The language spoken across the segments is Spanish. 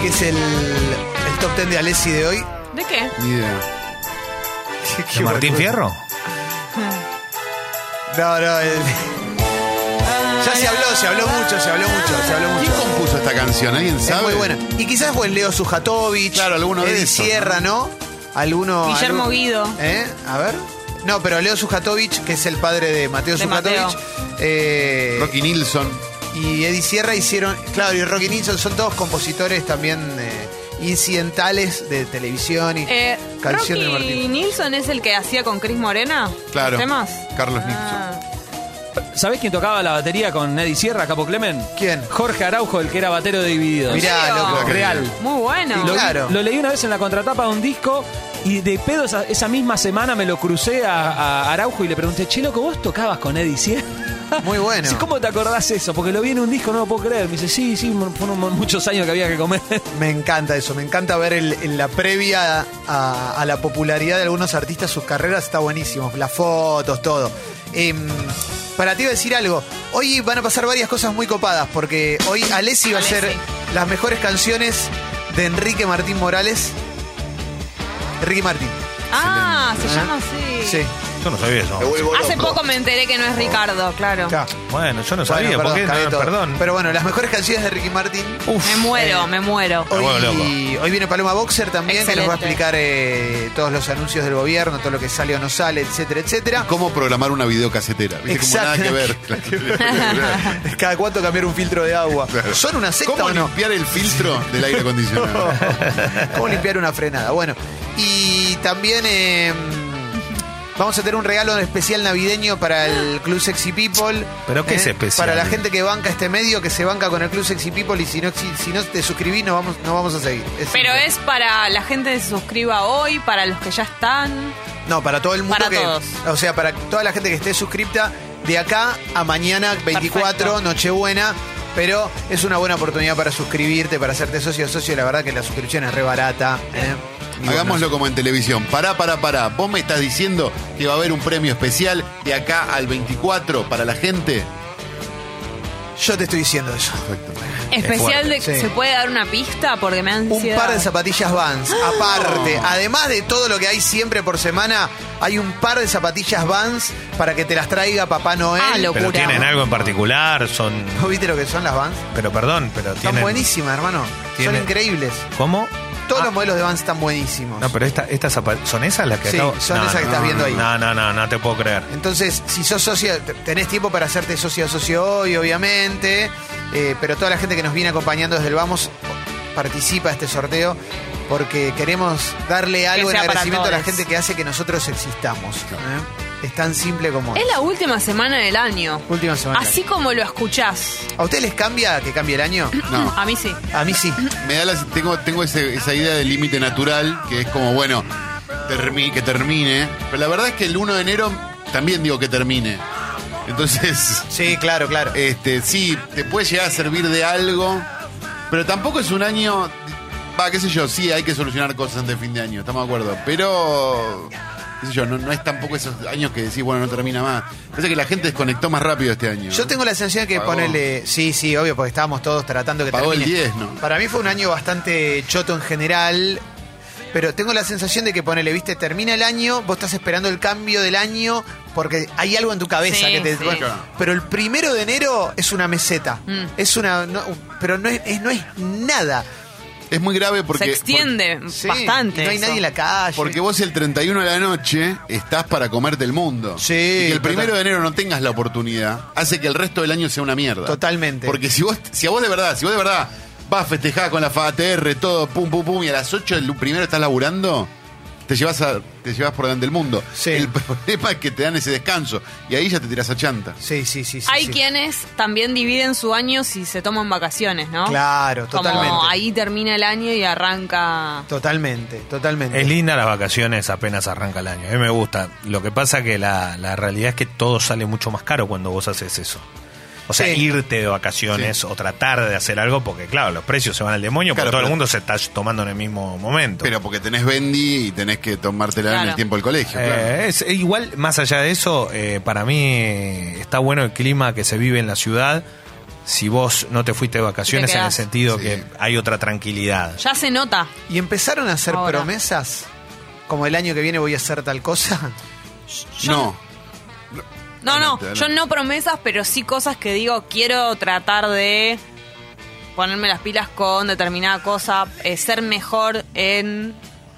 que es el, el top 10 de Alessi de hoy? ¿De qué? Ni idea. Qué- qué ¿De Martín boludo. Fierro? No, no, el- Ya se habló, se habló mucho, se habló mucho, se habló ¿Quién mucho. compuso esta canción? ¿Alguien Es sabe? muy buena. Y quizás fue el Leo Sujatovic. Claro, alguno de Eddie esos, Sierra, ¿no? Alguno. Guillermo algún- Guido. ¿Eh? A ver. No, pero Leo Sujatovic, que es el padre de Mateo De Sujatovic. Mateo. eh, Rocky Nilsson. y Eddie Sierra hicieron. Claro, y Rocky Nilsson son todos compositores también eh, incidentales de televisión y Eh, canción de Rocky Martín. Nilsson es el que hacía con Chris Morena. Claro. ¿Los temas? Carlos Ah. ¿Sabés quién tocaba la batería con Eddie Sierra, Capo Clemen? ¿Quién? Jorge Araujo, el que era batero de Divididos. Mirá, serio? loco. Real. Muy bueno. Y Lo, Claro. lo leí una vez en la contratapa de un disco y de pedo esa, esa misma semana me lo crucé a, a Araujo y le pregunté, che, loco, ¿vos tocabas con Eddie Sierra? Muy bueno. Sí, ¿Cómo te acordás eso? Porque lo vi en un disco, no lo puedo creer. Me dice, sí, sí, fueron muchos años que había que comer. Me encanta eso, me encanta ver el- en la previa a, a la popularidad de algunos artistas, sus carreras, está buenísimo, las fotos, todo. Em, para ti iba a decir algo, hoy van a pasar varias cosas muy copadas, porque hoy Alessi va a hacer Alessi. las mejores canciones de Enrique Martín Morales. Enrique Martín, Ah, se llama así. sí. Yo no sabía eso. Hace poco me enteré que no es Ricardo, claro. Está. Bueno, yo no Bueno, sabía. ¿Por qué? No, cagué todo. perdón. Pero bueno, las mejores canciones de Ricky Martín. Me eh. muero, me muero. Oh. Me vuelvo Hoy, hoy viene Paloma Boxer también, que nos va a Excelente. explicar eh, todos los anuncios del gobierno, todo lo que sale o no sale, etcétera, etcétera. ¿Cómo programar una videocasetera? Viste, como nada que ver. Cada cuánto cambiar un filtro de agua. ¿Son una secta ¿Cómo o no? limpiar el filtro del aire acondicionado? ¿Cómo limpiar una frenada? Bueno, y también eh, vamos a tener un regalo especial navideño para el Club Sexy People. Eh, ¿Pero qué es especial? Para la gente que banca este medio, que se banca con el Club Sexy People y si no, si, si no te suscribís no vamos, no vamos a seguir. Es Pero simple. es para la gente que se suscriba hoy, para los que ya están. No, para todo el mundo Para que. todos. O sea, para toda la gente que esté suscripta de acá a mañana 24, Perfecto. Nochebuena. Pero es una buena oportunidad para suscribirte, para hacerte socio socio. La verdad que la suscripción es re barata. ¿eh? Y Hagámoslo bueno, como en televisión. Pará, pará, pará. ¿Vos me estás diciendo que va a haber un premio especial de acá al 24 para la gente? yo te estoy diciendo eso. Especial fuerte, de sí. se puede dar una pista porque me han Un par de zapatillas Vans, Ah. aparte. Además de todo lo que hay siempre por semana, hay un par de zapatillas Vans para que te las traiga Papá Noel. Ah, lo- Pero locura. tienen algo en particular, son. ¿No viste lo que son las Vans? Pero perdón, pero Están tienen. buenísimas, hermano. tienen- Son increíbles. ¿Cómo? Todos Ah, los modelos de Vans están buenísimos. No, pero esta, estas zapa- son esas las que Sí, acabo- son No, esas que no, estás viendo ahí. No, no, no, no te puedo creer. Entonces, si sos socio, t- tenés tiempo para hacerte socio socio hoy, obviamente. eh, pero toda la gente que nos viene acompañando desde el Vamos participa de este sorteo porque queremos darle algo en sea para agradecimiento a la todos. gente que hace que nosotros existamos. ¿eh? Es tan simple como Es la última semana del año. última semana. Así como lo escuchás. ¿A ustedes les cambia que cambie el año? No. A mí sí. A mí sí. me da la- tengo, tengo ese- esa idea de límite natural, que es como, bueno, termi- que termine. Pero la verdad es que el 1 de enero también digo que termine. Entonces, Sí, claro, claro. este, sí, te puede llegar a servir de algo, pero tampoco es un año... Va, qué sé yo, sí, hay que solucionar cosas antes de fin de año, estamos de acuerdo. Pero, qué sé yo, no, no es tampoco esos años que decís, bueno, no termina más. Parece que la gente desconectó más rápido este año. Yo ¿no? tengo la sensación de que Pagó. ponerle. Sí, sí, obvio, porque estábamos todos tratando que Pagó el termine. 10, ¿no? Para mí fue un año bastante choto en general. Pero tengo la sensación de que ponele, viste, termina el año, vos estás esperando el cambio del año porque hay algo en tu cabeza Sí, que te. sí. bueno, pero el primero de enero es una meseta. Mm. Es una. no- pero no es, es- no es nada. Es muy grave porque... se extiende Sí, bastante. No hay eso. nadie en la calle. Porque vos el 31 de la noche estás para comerte el mundo. Sí, Y que el total. primero de enero no tengas la oportunidad, hace que el resto del año sea una mierda. Totalmente. Porque si vos, si a vos de verdad, si vos de verdad vas a festejar con la FATR, todo, pum, pum, pum, y a las 8 del primero estás laburando, te llevas, a- te llevas por delante el mundo. Sí. El problema es que te dan ese descanso y ahí ya te tiras a chanta. Sí, sí, sí. sí, Hay sí. quienes también dividen su año si se toman vacaciones, ¿no? Claro, totalmente. Como ahí termina el año y arranca. Totalmente, totalmente. Es linda las vacaciones apenas arranca el año. A mí me gusta. Lo que pasa que la, la realidad es que todo sale mucho más caro cuando vos haces eso. O sea, Sí. irte de vacaciones o tratar de hacer algo, porque claro, los precios se van al demonio, Claro, porque todo pero- el mundo se está tomando en el mismo momento. Pero porque tenés Bendy y tenés que tomártela en Claro. el tiempo del colegio. Eh, claro. es, eh, igual, más allá de eso, eh, para mí eh, está bueno el clima que se vive en la ciudad. si vos no te fuiste de vacaciones en el quedás. sentido Sí. que hay otra tranquilidad. Ya se nota. ¿Y empezaron a hacer Ahora. promesas? Como el año que viene voy a hacer tal cosa. No. No, no, Adelante, yo adelante. no promesas, pero sí cosas que digo, quiero tratar de ponerme las pilas con determinada cosa, eh, ser mejor en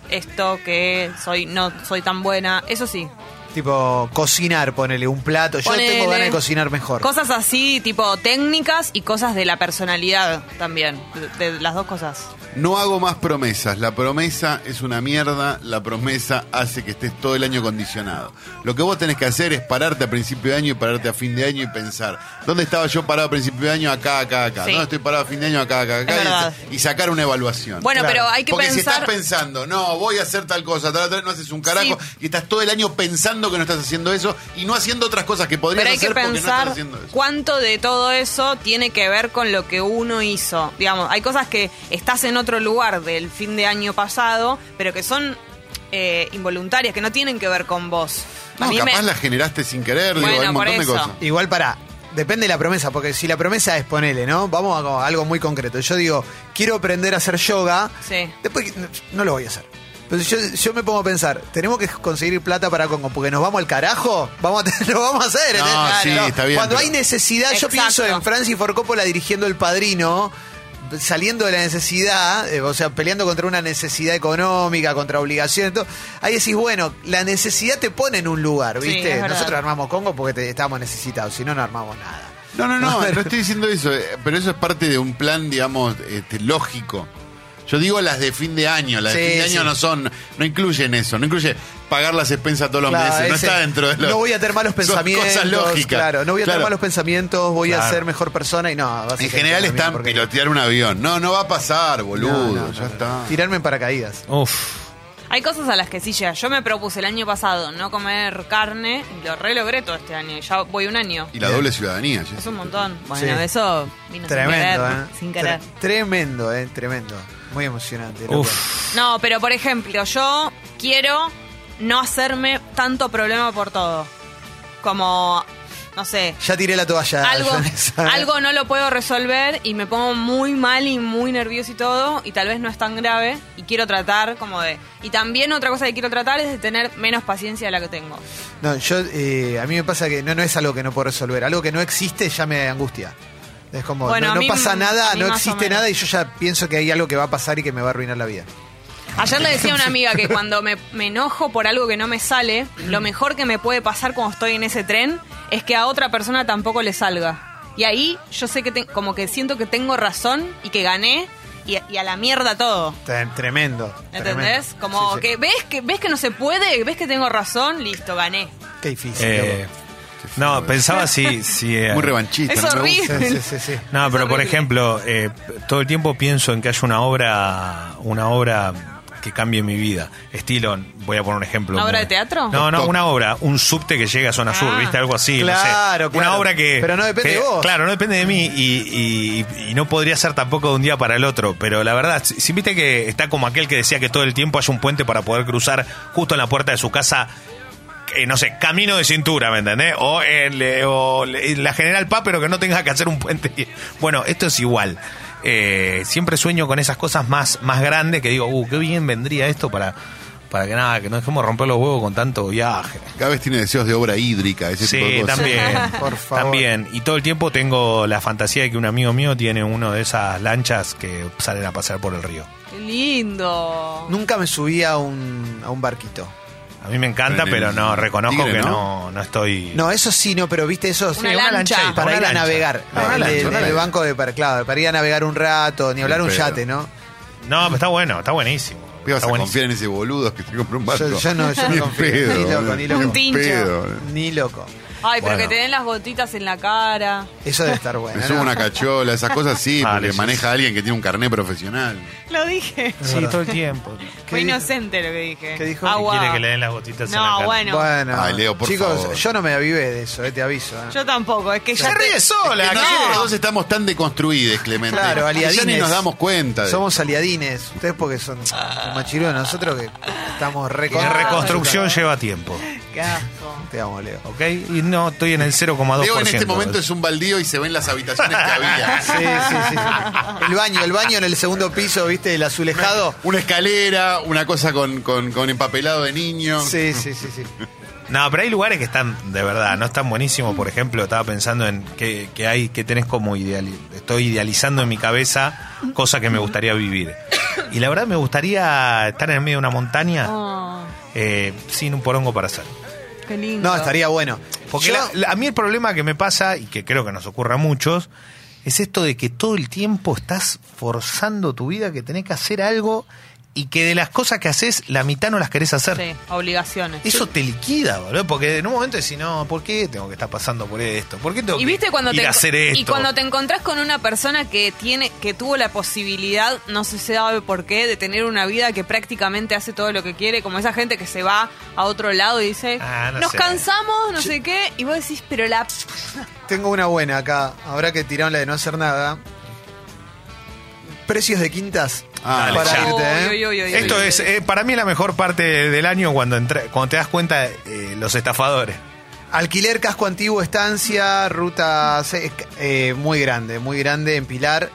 esto que soy no soy tan buena, eso sí. Tipo, cocinar, ponele un plato. Yo Ponele. tengo ganas de cocinar mejor. Cosas así, tipo técnicas y cosas de la personalidad también, de, de las dos cosas. No hago más promesas. La promesa es una mierda. La promesa hace que estés todo el año condicionado. Lo que vos tenés que hacer es pararte a principio de año y pararte a fin de año y pensar, ¿dónde estaba yo parado a principio de año? Acá, acá, acá. Sí. ¿Dónde estoy parado a fin de año? Acá, acá, Es acá. verdad. Y, y sacar una evaluación. Bueno, Claro, pero hay que Porque si pensar estás pensando, no, voy a hacer tal cosa, tal, tal, no haces un carajo, Sí. y estás todo el año pensando que no estás haciendo eso y no haciendo otras cosas que podrías Pero hay hacer que porque no estás pensar haciendo eso. cuánto de todo eso tiene que ver con lo que uno hizo. Digamos, hay cosas que estás en otro lugar del fin de año pasado, pero que son eh, involuntarias, que no tienen que ver con vos. A No, mí me- capaz la generaste sin querer, digo, Bueno, hay un por montón de eso. cosas. Igual para. Depende de la promesa, porque si la promesa es ponele, ¿no? Vamos a como algo muy concreto. Yo digo, quiero aprender a hacer yoga. Sí. Después no, no lo voy a hacer. Pero yo, yo me pongo a pensar, tenemos que conseguir plata para Congo, porque nos vamos al carajo, vamos a tener- lo vamos a hacer. No, ¿entendés? sí, está bien, Cuando pero- hay necesidad, yo Exacto. pienso en Francis Ford Coppola dirigiendo El Padrino, saliendo de la necesidad, eh, o sea, peleando contra una necesidad económica, contra obligaciones, todo. Ahí decís, bueno, la necesidad te pone en un lugar, Sí, ¿viste? es verdad. Nosotros armamos Congo porque te, estábamos necesitados, si no, no armamos nada. No, no, no, no estoy diciendo eso, eh, pero eso es parte de un plan, digamos, este, lógico. Yo digo las de fin de año, las de Sí, fin de año sí. no son, no incluyen eso, no incluye pagar las expensas todos los Claro, meses, no ese, está dentro de los... no voy a tener malos son pensamientos. cosas lógicas. Claro, no voy a Claro. tener malos pensamientos, voy a Claro. ser mejor persona y no. En básicamente general la misma están porquería. pilotear un avión. No, no va a pasar, boludo, No, no, no, ya no. está. Tirarme en paracaídas. Uf. Hay cosas a las que sí llega. Yo me propuse el año pasado no comer carne y lo re logré todo este año. y Ya voy un año. Y la doble ciudadanía. Jessy. Es un montón. Bueno, Sí. eso vino Tremendo, sin querer. ¿eh? Sin querer. Tre- tremendo, ¿eh? Tremendo. Muy emocionante. loco. Uf. No, pero por ejemplo, yo quiero no hacerme tanto problema por todo. Como, no sé, Ya tiré la toalla. algo, yo en esa. algo no lo puedo resolver y me pongo muy mal y muy nervioso y todo, y tal vez no es tan grave, y quiero tratar como de... Y también otra cosa que quiero tratar es de tener menos paciencia de la que tengo. No, yo, eh, a mí me pasa que no, no es algo que no puedo resolver. Algo que no existe ya me angustia. Es como, Bueno, no, a no mí- pasa nada, a mí no más o existe menos. nada y yo ya pienso que hay algo que va a pasar y que me va a arruinar la vida. Ayer le decía a una amiga que cuando me, me enojo por algo que no me sale, lo mejor que me puede pasar cuando estoy en ese tren es que a otra persona tampoco le salga. Y ahí yo sé que te- como que siento que tengo razón y que gané y, y a la mierda todo. Tre- Tremendo. ¿Entendés? tremendo. Como Sí, sí. que ves que ves que no se puede, ves que tengo razón, listo, gané. Qué difícil. Eh, loco. no, pensaba si... si eh, Muy revanchista. Es no me gusta. horrible. Sí, sí, sí, sí. No, Es pero por horrible. ejemplo, eh, todo el tiempo pienso en que haya una obra, una obra que cambie mi vida. Estilo, voy a poner un ejemplo. ¿Una obra Muy- de teatro? No, no, Toc, toc. una obra, un subte que llega a zona sur, Ah. viste, algo así. no sé. Claro, claro. Una obra que... Pero no depende que- de vos. Claro, no depende de mí y, y- y no podría ser tampoco de un día para el otro. Pero la verdad, si, si viste que está como aquel que decía que todo el tiempo hay un puente para poder cruzar justo en la puerta de su casa eh, no sé, camino de cintura, ¿me entendés? O, el, eh, o le- la General Paz, pero que no tengas que hacer un puente. Bueno, esto es igual. Eh, siempre sueño con esas cosas más, más grandes que digo, uh, qué bien vendría esto para, para que nada, que no dejemos romper los huevos con tanto viaje. Cada vez tiene deseos de obra hídrica, ese tipo de Sí, cosas. también. Por favor. También. Y todo el tiempo tengo la fantasía de que un amigo mío tiene uno de esas lanchas que salen a pasear por el río. Qué lindo. Nunca me subí a un, a un barquito. A mí me encanta, Pero en pero el no, reconozco Tigre, que ¿no? no, no estoy... No, eso sí, no, pero viste eso. Una lancha. lanchita, Para una ir a lancha. navegar. Ah, una el, lancha, el- una el lancha. banco de par- claro, para ir a navegar un rato, ni hablar un Pero- yate, ¿no? No, está bueno, está buenísimo. ¿Qué vas Está a buenísimo. confiar en ese boludo que te compró un barco? Yo- yo no- yo no Ni en confío. pedo, Ni loco, boludo. ni loco. Un tincho. pedo, boludo. Ni loco. Ay, pero Bueno. que te den las gotitas en la cara. Eso debe estar bueno. Me subo ¿no? una cachola, esas cosas sí, Ah, porque le- maneja a alguien que tiene un carnet profesional. Lo dije. Sí, todo el tiempo. Fue dijo? inocente lo que dije. ¿Qué dijo? Agua. Quiere que le den las gotitas en la No, cara. Ah, bueno. Bueno, Ay, Leo, por chicos, favor. yo no me avivé de eso, eh, te aviso. eh. Yo tampoco, es que ya Se te- ríe sola, Es que ¿qué? nosotros dos estamos tan deconstruidos, Clemente. Claro, que ya aliadines. ni nos damos cuenta. de- Somos aliadines. Ustedes porque son machirulos, nosotros que estamos La recontra- reconstrucción lleva tiempo. qué asco. Te amo, Leo. ¿Ok? Y no, estoy en el 0,2%. Leo en este momento es un baldío y se ven las habitaciones que había. Sí, sí, sí. El baño, el baño en el segundo piso, ¿viste? El azulejado. Una escalera, una cosa con, con- con empapelado de niño. Sí, sí, sí, sí. No, pero hay lugares que están, de verdad, no están buenísimos. Por ejemplo, estaba pensando en que, que hay, que tenés como ideal. Estoy idealizando en mi cabeza cosas que me gustaría vivir. Y la verdad me gustaría estar en el medio de una montaña Oh, eh, sin un porongo para hacer. qué lindo. No, estaría bueno. Porque Yo- la- la- a mí el problema que me pasa, y que creo que nos ocurre a muchos, es esto de que todo el tiempo estás forzando tu vida, que tenés que hacer algo y que de las cosas que haces, la mitad no las querés hacer. Sí, obligaciones. Eso te liquida, boludo, porque en un momento decís, no, ¿por qué tengo que estar pasando por esto? ¿Por qué tengo Y que viste cuando ir te a hacer esto? y cuando te encontrás con una persona que tiene que tuvo la posibilidad, no se sabe por qué, de tener una vida que prácticamente hace todo lo que quiere, como esa gente que se va a otro lado y dice, Ah, no "Nos sé. cansamos, no sé qué", y vos decís, "Pero la Tengo una buena acá. Ahora que tiraron la de no hacer nada. Precios de quintas Ah, para ya. irte, ¿eh? Uy, uy, uy, uy, Esto uy. es, eh, para mí, la mejor parte del año cuando, entra- cuando te das cuenta eh, los estafadores. Alquiler, casco antiguo, estancia, ruta se- eh, muy grande, muy grande en Pilar.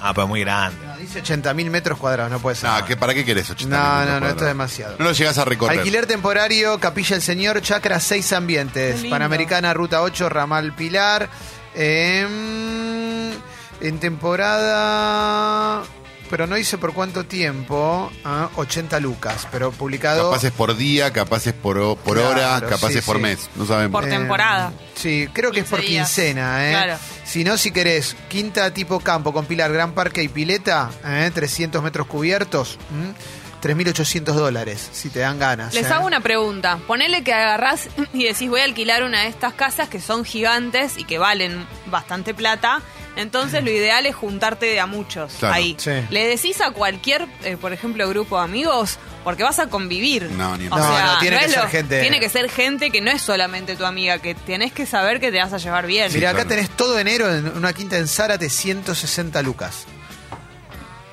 Ah, pero muy grande. No, dice 80.000 metros cuadrados, no puede ser. No, ¿qué- ¿para qué querés 80 No, metros no, no, cuadrados? esto es demasiado. No lo llegás a recorrer. Alquiler temporario, Capilla el Señor, Chacra, seis Qué ambientes. lindo. Panamericana, Ruta 8, Ramal Pilar. Em, en temporada... Pero no hice por cuánto tiempo. ah, 80 lucas, pero publicado... Capaz es por día, capaz es por, o- por Claro, hora, capaz sí, es por sí. mes. No sabemos. Por temporada. Em, Sí, creo que es 15 por días. quincena, ¿eh? Claro. Si no, si querés, quinta tipo campo con pilar, gran parque y pileta, ¿eh? 300 metros cubiertos, ¿m? 3.800 dólares, si te dan ganas. Les ¿eh? hago una pregunta. Ponele que agarrás y decís, voy a alquilar una de estas casas que son gigantes y que valen bastante plata. Entonces lo ideal es juntarte de a muchos Claro. ahí. Sí. Le decís a cualquier, eh, por ejemplo, grupo de amigos, porque vas a convivir. No, ni en o pedo. sea, No, no, tiene que es ser lo- gente- Tiene que ser gente que no es solamente tu amiga, que tenés que saber que te vas a llevar bien. Mirá, acá claro. tenés todo enero en una quinta en Zárate, 160 lucas.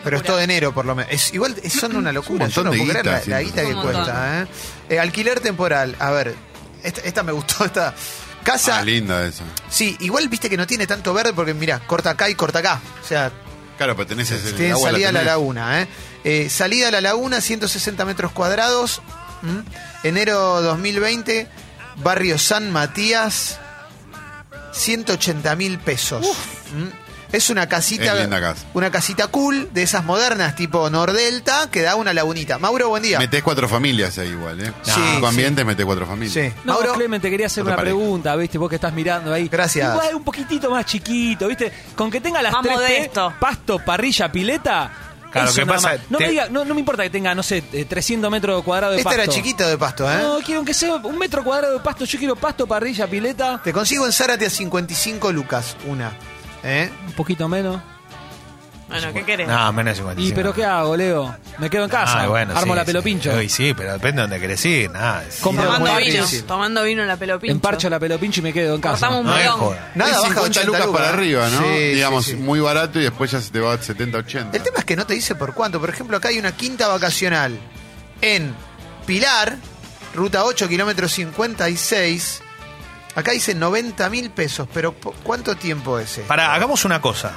Pero es todo enero, por lo menos. Es, igual es- son una locura. Es Yo un no montón puedo de creer la, guita, la 160. guita que Un montón. cuesta. ¿eh? Eh, alquiler temporal. A ver, esta, esta me gustó. Esta casa. Ah, linda esa. Sí, igual viste que no tiene tanto verde porque mirá, corta acá y corta acá. O sea, Claro, pero tenés ese. el tiene agua salida a la tenés. laguna. ¿eh? Eh, salida a la laguna, 160 metros cuadrados. ¿m? Enero 2020, barrio San Matías, 180 mil pesos. ¿m? Es una casita, Es linda casa. una casita cool de esas modernas tipo Nordelta que da una lagunita. Mauro, buen día. Metés cuatro familias ahí igual, ¿eh? Sí, Cinco sí. ambientes, metés cuatro familias. Sí. No, Mauro, Clemente, quería hacer Otra una pareja. pregunta, ¿viste? Vos que estás mirando ahí. Gracias. Igual un poquitito más chiquito, ¿viste? Con que tenga las Más tres P, modesto. pasto, parrilla, pileta. Claro, eso que nada pasa, más. No, te- Este me diga- no, no me importa que tenga, no sé, eh, 300 metros cuadrados de esta pasto. era chiquita de pasto, ¿eh? No, quiero que sea un metro cuadrado de pasto. Yo quiero pasto, parrilla, pileta. Te consigo en Zárate a 55 lucas, una. ¿eh? Un poquito menos. Bueno, ¿qué querés? No, menos de 55. ¿Y pero qué hago, Leo? Me quedo en casa. Ah, bueno, Armo sí, la sí. pelopincho. Uy, sí, pero depende de dónde querés ir. Nada, es- Compro- Sí, tomando muy vino, difícil. tomando vino en la pelopincha. Emparcho la pelopincho y me quedo en casa. Cortamos un No es melón. joda. Nada, Es baja 50 80 lucas para arriba, ¿no? Sí, sí, Digamos, sí. muy barato y después ya se te va a 70, 80. El tema es que no te dice por cuánto. Por ejemplo, acá hay una quinta vacacional en Pilar, ruta 8, kilómetro 56. Acá dice 90 mil pesos, pero po- ¿cuánto tiempo es ese? Pará, hagamos una cosa.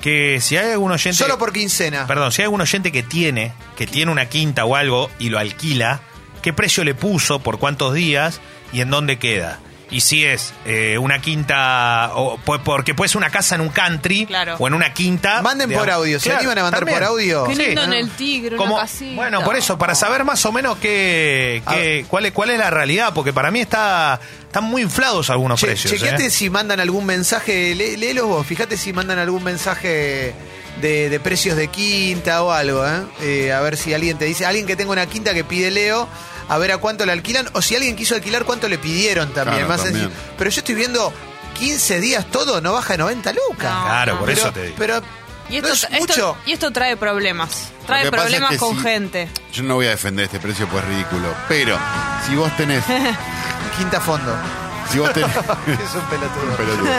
Que si hay algún oyente. Solo por quincena. Perdón, si hay algún oyente que tiene, que tiene una quinta o algo y lo alquila, ¿qué precio le puso, por cuántos días y en dónde queda? Y si es eh, una quinta, o, po- porque puede ser una casa en un country Claro. o en una quinta. Manden por audio, ¿se animan a mandar por audio? Qué Sí, lindo en el tigre, Como- una casita. bueno, por eso, para saber más o menos qué, qué- cuál, es, cuál es la realidad, porque para mí está, están muy inflados algunos Che- precios. chequeate ¿eh? si mandan algún mensaje, lé- léelos vos, fíjate si mandan algún mensaje de, de precios de quinta o algo, ¿eh? Eh, A ver si alguien te dice, alguien que tenga una quinta que pide Leo, a ver a cuánto la alquilan, o si alguien quiso alquilar, cuánto le pidieron también. Claro, más también. sencillo. Pero yo estoy viendo 15 días todo, no baja de 90 lucas. No. Claro, por pero, eso te digo. Pero Y no esto, es esto- mucho. y esto trae problemas. Trae Lo que pasa problemas es que con si- gente. Yo no voy a defender este precio, pues es ridículo. Pero, si vos tenés. Quinta fondo. si vos tenés. es un pelotudo. pelotudo.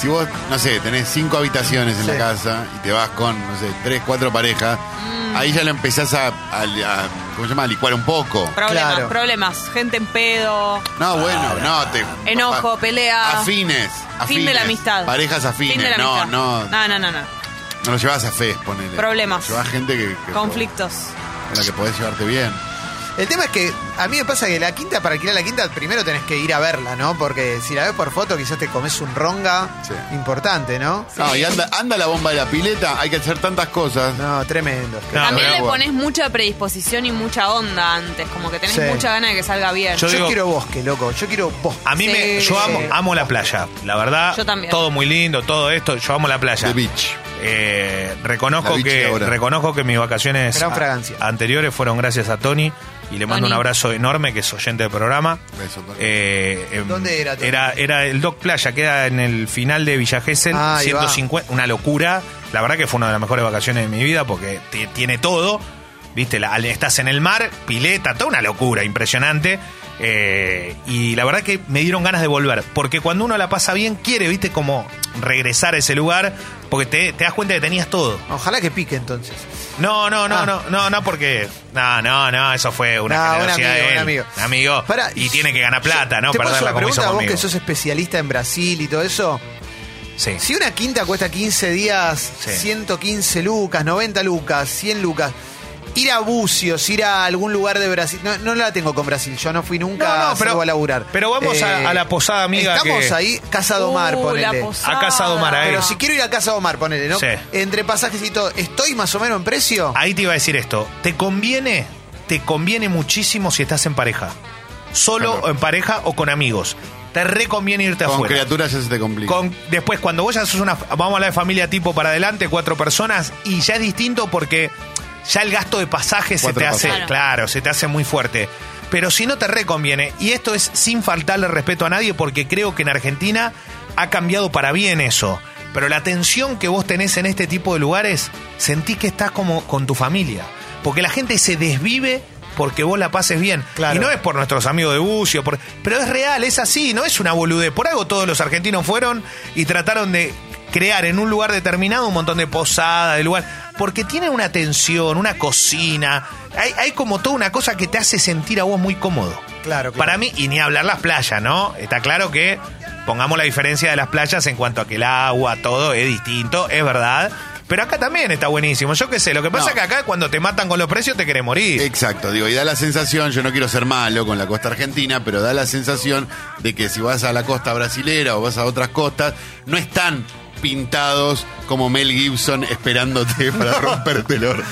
Si vos, no sé, tenés cinco habitaciones en Sí. la casa y te vas con, no sé, tres, cuatro parejas, Mm. ahí ya lo empezás a, a- a- ¿cómo se llama? a licuar un poco. Problemas, Claro. problemas. Gente en pedo. Ah, No, bueno, no, te. Enojo, pelea. Afines. Fin de afines. la amistad. Parejas afines. Fin de la no, amistad. no, no. No, no, no. no. lo llevas a fe, ponele. Problemas. Lo llevas gente que. que- Conflictos. Con la que podés llevarte bien. El tema es que a mí me pasa que la quinta, para alquilar la quinta, primero tenés que ir a verla, ¿no? Porque si la ves por foto, quizás te comes un ronga Sí. importante, ¿no? No, y anda, anda la bomba de la pileta, hay que hacer tantas cosas. No, tremendo. No, También le pero- pones mucha predisposición y mucha onda antes, como que tenés Sí. mucha gana de que salga bien. Yo, Yo digo- Ah. quiero bosque, loco. Yo quiero bosque. A mí me, Sí. yo amo, amo la playa, la verdad. Yo también. Todo muy lindo, todo esto, yo amo la playa. The beach. Eh, reconozco La beach de que ahora. reconozco que mis vacaciones Gran a- fragancia. anteriores fueron gracias a Tony y le mando Tony. un abrazo enorme que es oyente del programa. Beso, Tony. Eh, em, ¿Dónde era, Tony? Era era el Doc Playa, queda en el final de Villa Gesell, Ah, ahí va. 150, una locura. La verdad que fue una de las mejores vacaciones de mi vida porque ti- tiene todo. Viste, La- estás en el mar, pileta, toda una locura, impresionante. Eh, y la verdad que me dieron ganas de volver. Porque cuando uno la pasa bien, quiere, viste, como regresar a ese lugar. Porque te, te das cuenta que tenías todo. Ojalá que pique entonces. No, no, no, Ah. no, no, no, porque. No, no, no, eso fue una No, un generosidad amigo, de un él. amigo. Un amigo. Pará, y tiene que ganar plata, ¿no? ¿Te puedo hacer Perderla una como hizo pregunta a vos conmigo. que sos especialista en Brasil y todo eso? Sí. Si una quinta cuesta 15 días, Sí. 115 lucas, 90 lucas, 100 lucas, ir a Bucios, ir a algún lugar de Brasil, no, no la tengo con Brasil, yo no fui nunca No, no, pero- salgo a laburar. Eh, pero vamos a- a la posada amiga Estamos que- ahí, Casa de Omar, Uh, la ponele. posada. A Casa de Omar, ahí. Pero si quiero ir a Casa de Omar, ponele, ¿no? Sí. Ah, Entre pasajes y todo, ¿estoy más o menos en precio? Ahí te iba a decir esto. Te conviene, te conviene muchísimo si estás en pareja. Solo Claro. o en pareja o con amigos. Te reconviene irte Con afuera. criaturas ya se te complica. Con- después, cuando vos ya sos una. Vamos a hablar de familia tipo para adelante, cuatro personas, y ya es distinto porque ya el gasto de pasaje se Cuatro te hace. pasajes. Claro. se te hace muy fuerte. Pero si no te reconviene, y esto es sin faltarle respeto a nadie, porque creo que en Argentina ha cambiado para bien eso. Pero la tensión que vos tenés en este tipo de lugares, sentís que estás como con tu familia. Porque la gente se desvive porque vos la pases bien. Claro. Y no es por nuestros amigos de Bucio, por- pero es real, es así, no es una boludez. Por algo todos los argentinos fueron y trataron de crear en un lugar determinado un montón de posadas, de lugar, porque tiene una tensión, una cocina, hay, hay como toda una cosa que te hace sentir a vos muy cómodo. Claro, claro. Para mí, y ni hablar las playas, ¿no? Está claro que pongamos la diferencia de las playas en cuanto a que el agua, todo es distinto, es verdad. Pero acá también está buenísimo. Yo qué sé, lo que pasa No. es que acá cuando te matan con los precios te querés morir. Exacto, digo, y da la sensación, yo no quiero ser malo con la costa argentina, pero da la sensación de que si vas a la costa brasilera o vas a otras costas, no están pintados como Mel Gibson esperándote para romperte el oro.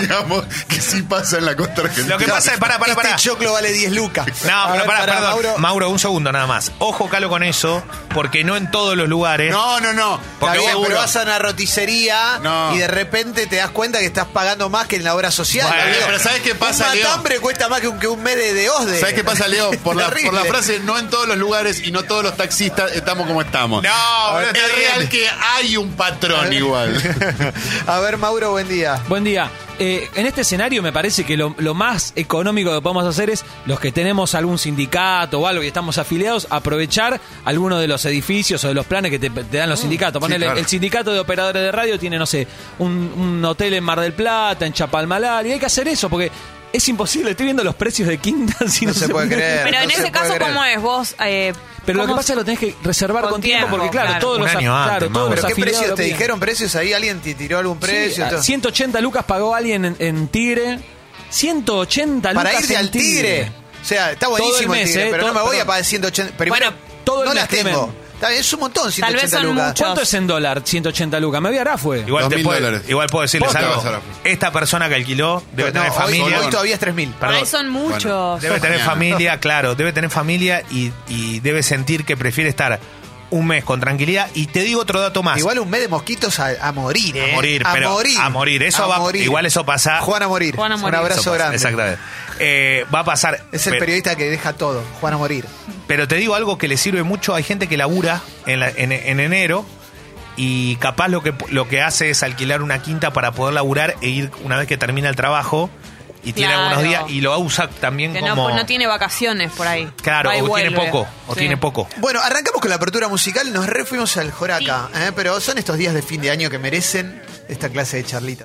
Digamos que sí pasa en la costa argentina. Lo que pasa es, pará, pará, pará. Este choclo vale 10 lucas. No, A pero ver, pará, pará, perdón. Mauro. Mauro. un segundo nada más. Ojo, Calo, con eso, porque no en todos los lugares. No, no, no. Porque Porque vos- pero seguro. vas a una roticería No. y de repente te das cuenta que estás pagando más que en la obra social. Bueno, amigo. pero ¿sabés qué pasa, Un Leo? matambre cuesta más que un, que un mes de, de osde. ¿Sabes qué pasa, Leo? Por la, por la Terrible. frase, no en todos los lugares y no todos los taxistas estamos como estamos. No, boludo, está es real bien. que hay un patrón igual. A ver, Mauro, buen día. Buen día. Eh, en este escenario me parece que lo, lo más económico que podemos hacer es los que tenemos algún sindicato o algo y estamos afiliados, aprovechar alguno de los edificios o de los planes que te, te dan los Mm. sindicatos. Ponele, claro. el sindicato de operadores de radio tiene, no sé, un, un hotel en Mar del Plata, en Chapalmalal, y hay que hacer eso porque es imposible. Estoy viendo los precios de Quinta. Si No no, se puede creer. Pero no en se ese puede caso, creer. ¿cómo es vos? eh, Pero lo que cómo- pasa es que lo tenés que reservar Con con, tiempo, tiempo, porque claro, claro. todos Un los, af- año antes, claro, todos Mauro. los ¿Pero qué afiliados precios lo te piden. dijeron? ¿Precios ahí? ¿Alguien te tiró algún Sí, precio? a- Todo. 180 lucas pagó alguien en, en Tigre. 180 lucas Para irte en al tigre. O sea, está Todo el buenísimo el, mes, tigre, eh, pero no todo- me voy a pero- pagar 180. Primero, Bueno, todo el no mes, las tengo. Clemen. Está bien, Es un montón, 180 Tal vez son lucas. muchos. ¿Cuánto es en dólar 180 lucas? Me voy a Arafue. Igual, Dos te mil puedo- dólares. igual puedo decirles Posta algo. vas a la- Esta persona que alquiló debe No, tener hoy- familia. hoy todavía es 3.000. Por ahí Perdón. son muchos. Debe tener Mañana. familia, claro, debe tener familia y, y debe sentir que prefiere estar un mes con tranquilidad. Y te digo otro dato más. Igual un mes de mosquitos a, a morir, A ¿eh? morir, pero- a morir. Eso va- igual eso pasa- Juan a morir. Juan a morir. Un abrazo Eso pasa, grande. Ah. Exactamente. Eh, va a pasar. Es el pe- periodista que deja todo, Juan a morir. Pero te digo algo que le sirve mucho. Hay gente que labura en, la- en- en enero y capaz lo que, lo que hace es alquilar una quinta para poder laburar e ir una vez que termina el trabajo y tiene Claro. algunos días y lo usa también Que no, como. no tiene vacaciones por ahí. claro, Por ahí o tiene vuelve. poco. O Sí. tiene poco. Bueno, arrancamos con la apertura musical, nos refuimos al Joraca, ¿eh? pero son estos días de fin de año que merecen esta clase de charlita.